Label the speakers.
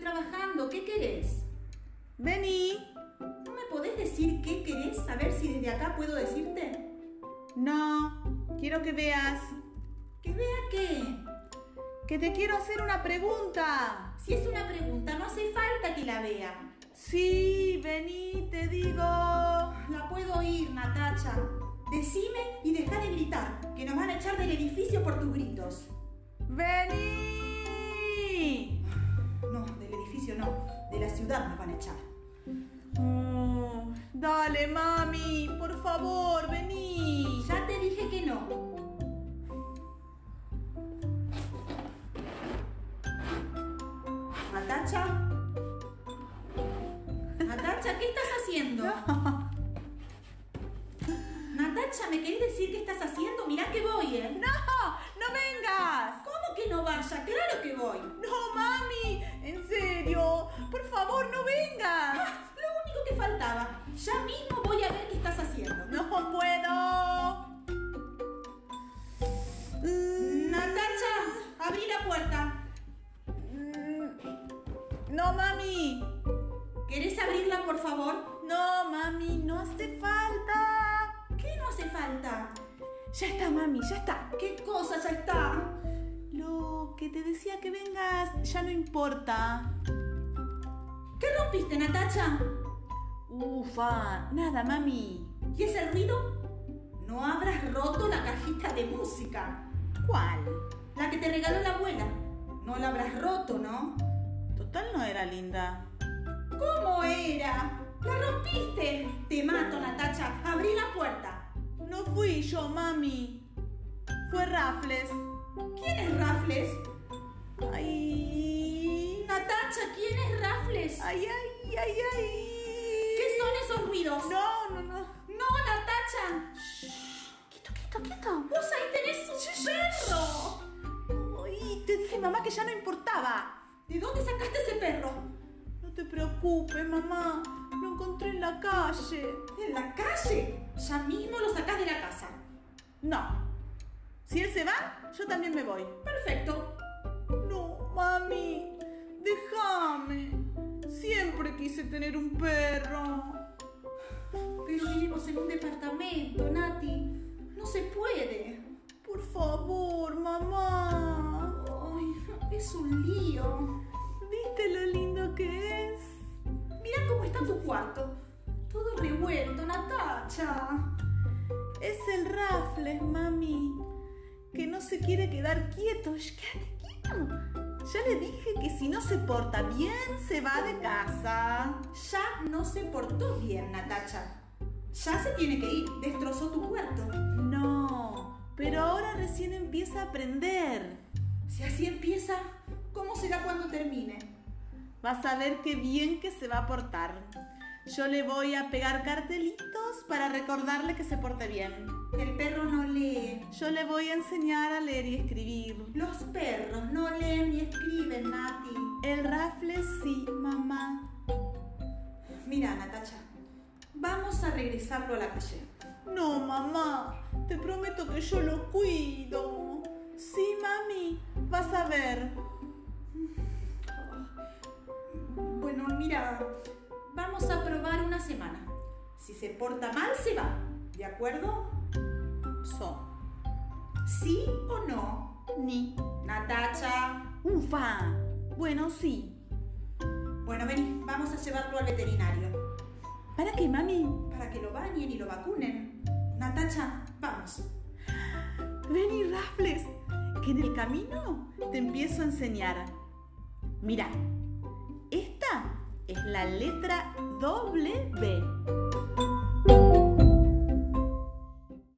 Speaker 1: trabajando, ¿qué querés?
Speaker 2: Vení.
Speaker 1: ¿No me podés decir qué querés? A ver si desde acá puedo decirte.
Speaker 2: No, quiero que veas
Speaker 1: Que vea que...
Speaker 2: que te quiero hacer una pregunta.
Speaker 1: Si es una pregunta, no hace falta que la vea.
Speaker 2: Sí, vení, te digo.
Speaker 1: La puedo oír, Natacha. Decime y deja de gritar, que nos van a echar del edificio por tus gritos.
Speaker 2: Vení.
Speaker 1: No, del edificio no, de la ciudad nos van a echar.
Speaker 2: Oh, dale, mami, por favor, vení.
Speaker 1: Ya te dije que no. Natacha. Natacha, ¿qué estás haciendo? Natacha, ¿me querés decir qué estás haciendo? Mirá que voy, ¿eh?
Speaker 2: No, no vengas.
Speaker 1: ¿Cómo que no vaya? Claro que voy.
Speaker 2: No, mami, en serio. Por favor, no vengas.
Speaker 1: Ah, Lo único que faltaba. Ya mismo voy a ver qué estás haciendo.
Speaker 2: No puedo. Mm,
Speaker 1: Natacha, abrí la puerta.
Speaker 2: mm, No, mami.
Speaker 1: ¿Querés abrirla, por favor?
Speaker 2: No, mami, no hace falta.
Speaker 1: ¿Qué no hace falta?
Speaker 2: Ya está, mami, ya está.
Speaker 1: ¿Qué cosa ya está?
Speaker 2: Lo que te decía que vengas ya no importa.
Speaker 1: ¿Qué rompiste, Natacha?
Speaker 2: Ufa, nada, mami.
Speaker 1: ¿Y ese ruido? No habrás roto la cajita de música.
Speaker 2: ¿Cuál?
Speaker 1: La que te regaló la abuela. No la habrás roto, ¿no?
Speaker 2: Total no era linda.
Speaker 1: ¿Cómo era? ¡La rompiste! Te mato, Natacha. Abrí la puerta.
Speaker 2: No fui yo, mami. Fue Raffles.
Speaker 1: ¿Quién es Raffles?
Speaker 2: Ay.
Speaker 1: Natacha, ¿quién es Raffles?
Speaker 2: Ay, ay, ay, ay.
Speaker 1: ¿Qué son esos ruidos?
Speaker 2: No, no, no.
Speaker 1: No, Natacha.
Speaker 2: Quieto, quieto, quieto.
Speaker 1: Vos ahí tenés un perro.
Speaker 2: Ay, te dije, mamá, que ya no importaba.
Speaker 1: ¿De dónde sacaste ese perro?
Speaker 2: No te preocupes, mamá. Lo encontré en la calle.
Speaker 1: En la calle. Ya mismo lo sacás de la casa.
Speaker 2: No. Si él se va, yo también me voy.
Speaker 1: Perfecto.
Speaker 2: No, mami. Déjame. Siempre quise tener un perro.
Speaker 1: Pero vivimos en un departamento, Nati. No se puede.
Speaker 2: Por favor, mamá.
Speaker 1: Ay, es un lío.
Speaker 2: ¿Viste lo lindo que es?
Speaker 1: Mira cómo está tu cuarto. Todo revuelto, Natacha.
Speaker 2: Es el Raffles, mami. Que no se quiere quedar quieto. Sh, Quédate quieto. Ya le dije que si no se porta bien, se va de casa.
Speaker 1: Ya no se portó bien, Natacha. Ya se tiene que ir. Destrozó tu cuarto.
Speaker 2: No, pero ahora recién empieza a aprender.
Speaker 1: Si así empieza, ¿cómo será cuando termine?
Speaker 2: Vas a ver qué bien que se va a portar. Yo le voy a pegar cartelitos para recordarle que se porte bien.
Speaker 1: El perro no lee.
Speaker 2: Yo le voy a enseñar a leer y escribir.
Speaker 1: Los perros no leen ni escriben, Nati.
Speaker 2: El Raffles sí, mamá.
Speaker 1: Mira, Natacha, vamos a regresarlo a la calle.
Speaker 2: No, mamá, te prometo que yo lo cuido. Sí, mami, vas a ver.
Speaker 1: Bueno, mira, vamos a probar una semana. Si se porta mal, se va. ¿De acuerdo?
Speaker 2: So,
Speaker 1: ¿Sí o no?
Speaker 2: ni,
Speaker 1: Natacha.
Speaker 2: ufa. Bueno, sí.
Speaker 1: Bueno, vení, vamos a llevarlo al veterinario.
Speaker 2: ¿Para qué, mami?
Speaker 1: Para que lo bañen y lo vacunen. Natacha, vamos.
Speaker 2: Vení, Raffles, que en el camino te empiezo a enseñar. Mira, esta es la letra doble B.